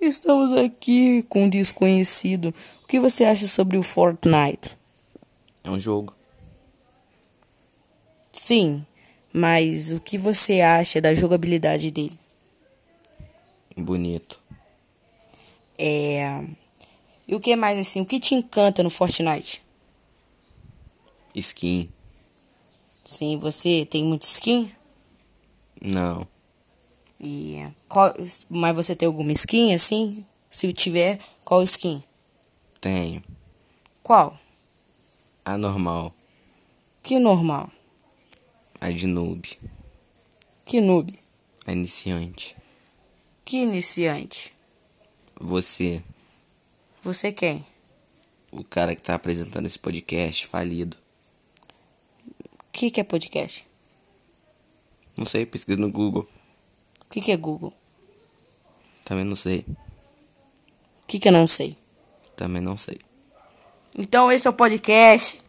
Estamos aqui com um desconhecido. O que você acha sobre o Fortnite? É um jogo. Sim, mas o que você acha da jogabilidade dele? Bonito. É. E o que mais assim? O que te encanta no Fortnite? Skin. Sim, você tem muita skin? Não. E qual, mas você tem alguma skin assim? Se tiver, qual skin? Tenho. Qual? A normal. Que normal? A de noob. Que noob? A iniciante. Que iniciante? Você. Você quem? O cara que tá apresentando esse podcast falido. O que, que é podcast? Não sei, pesquisa no Google. O que, que é Google? Também não sei. O que, que eu não sei? Também não sei. Então esse é o podcast.